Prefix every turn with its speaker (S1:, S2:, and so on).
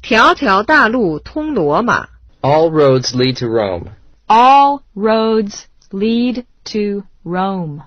S1: 条条大路通罗马。
S2: All roads lead to Rome.
S3: All roads lead to Rome.